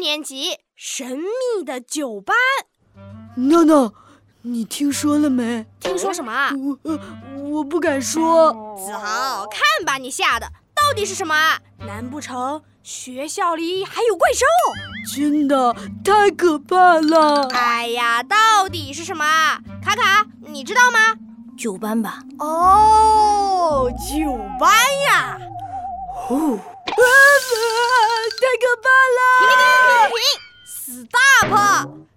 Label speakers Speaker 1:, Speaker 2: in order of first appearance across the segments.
Speaker 1: 年级神秘的酒吧。
Speaker 2: 闹闹，你听说了没？
Speaker 1: 听说什么啊？
Speaker 2: 我呃我不敢说。
Speaker 1: 子豪，看把你吓的，到底是什么啊？难不成学校里还有怪兽？
Speaker 2: 真的太可怕了！
Speaker 1: 哎呀，到底是什么啊？卡卡，你知道吗？
Speaker 3: 九班吧，
Speaker 1: 哦，酒吧呀！呃
Speaker 2: 哦，啊太可怕了！
Speaker 1: 死大炮！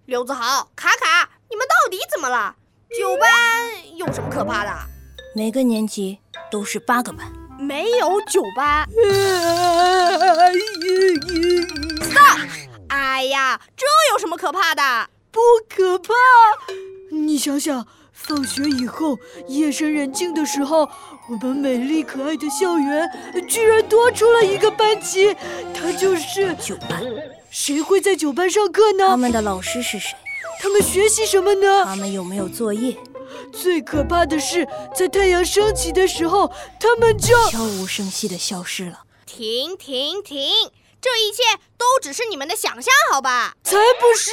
Speaker 1: 刘子豪、卡卡，你们到底怎么了？九班有什么可怕的？
Speaker 3: 每个年级都是八个班。
Speaker 1: 没有酒吧。
Speaker 2: 啊咦咦
Speaker 1: 哎呀，这有什么可怕的？
Speaker 2: 不可怕！你想想，放学以后，夜深人静的时候，我们美丽可爱的校园居然多出了一个班级，他就是
Speaker 3: 九班，
Speaker 2: 谁会在九班上课
Speaker 3: 他
Speaker 2: 呢？
Speaker 3: 们的老师是谁？
Speaker 2: 他们学习什么呢？
Speaker 3: 他们有没有作业？
Speaker 2: 最可怕的是，在太阳升起的时候，他们就
Speaker 3: 悄无声息地消失了。
Speaker 1: 停停停！这一切都只是你们的想象，好吧？
Speaker 2: 才不是。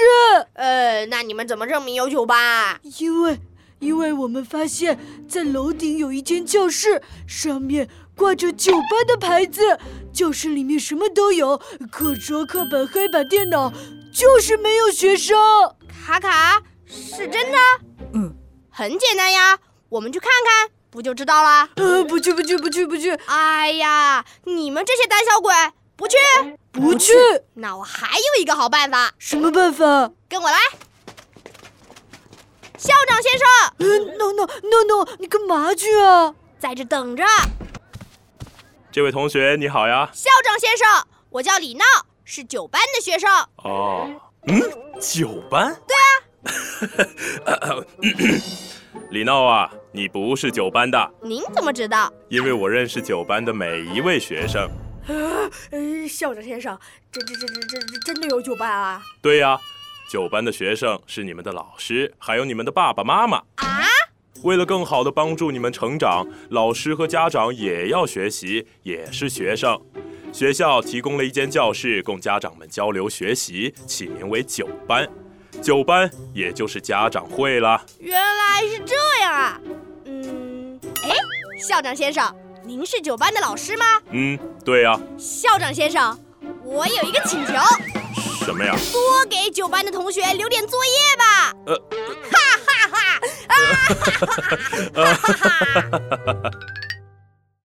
Speaker 1: 呃，那你们怎么证明有酒吧啊？
Speaker 2: 因为，因为我们发现，在楼顶有一间教室，上面挂着酒吧的牌子。教室里面什么都有，课桌、课本、黑板、电脑，就是没有学生。
Speaker 1: 卡卡是真的？
Speaker 3: 嗯，
Speaker 1: 很简单呀，我们去看看，不就知道啦？
Speaker 2: 呃， 不去，不去，不去，不去，
Speaker 1: 哎呀，你们这些胆小鬼，不去？
Speaker 2: 不去！
Speaker 1: 那我还有一个好办法，
Speaker 2: 什么办法？
Speaker 1: 跟我来。校长先生，
Speaker 2: 嗯，no no no no，你干嘛去啊？
Speaker 1: 在这等着。
Speaker 4: 这位同学你好呀。
Speaker 1: 校长先生，我叫李闹，是九班的学生。
Speaker 4: 哦，嗯，九班？对啊。 李闹啊，你不是九班的，
Speaker 1: 您怎么知道？
Speaker 4: 因为我认识九班的每一位学生。
Speaker 1: 呃，校长先生，这这这这这这真的有九班啊？
Speaker 4: 对呀、九班的学生是你们的老师，还有你们的爸爸妈妈啊。为了更好的帮助你们成长，老师和家长也要学习，也是学生。学校提供了一间教室供家长们交流学习，起名为九班。九班也就是家长会啦。
Speaker 1: 原来是这样啊。嗯，哎，校长先生，您是九班的老师吗？
Speaker 4: 嗯，对呀、
Speaker 1: 校长先生，我有一个请求，
Speaker 4: 什么呀？
Speaker 1: 多给九班的同学留点作业吧。
Speaker 4: 呃
Speaker 1: 哈哈哈！啊哈哈哈！哈哈哈！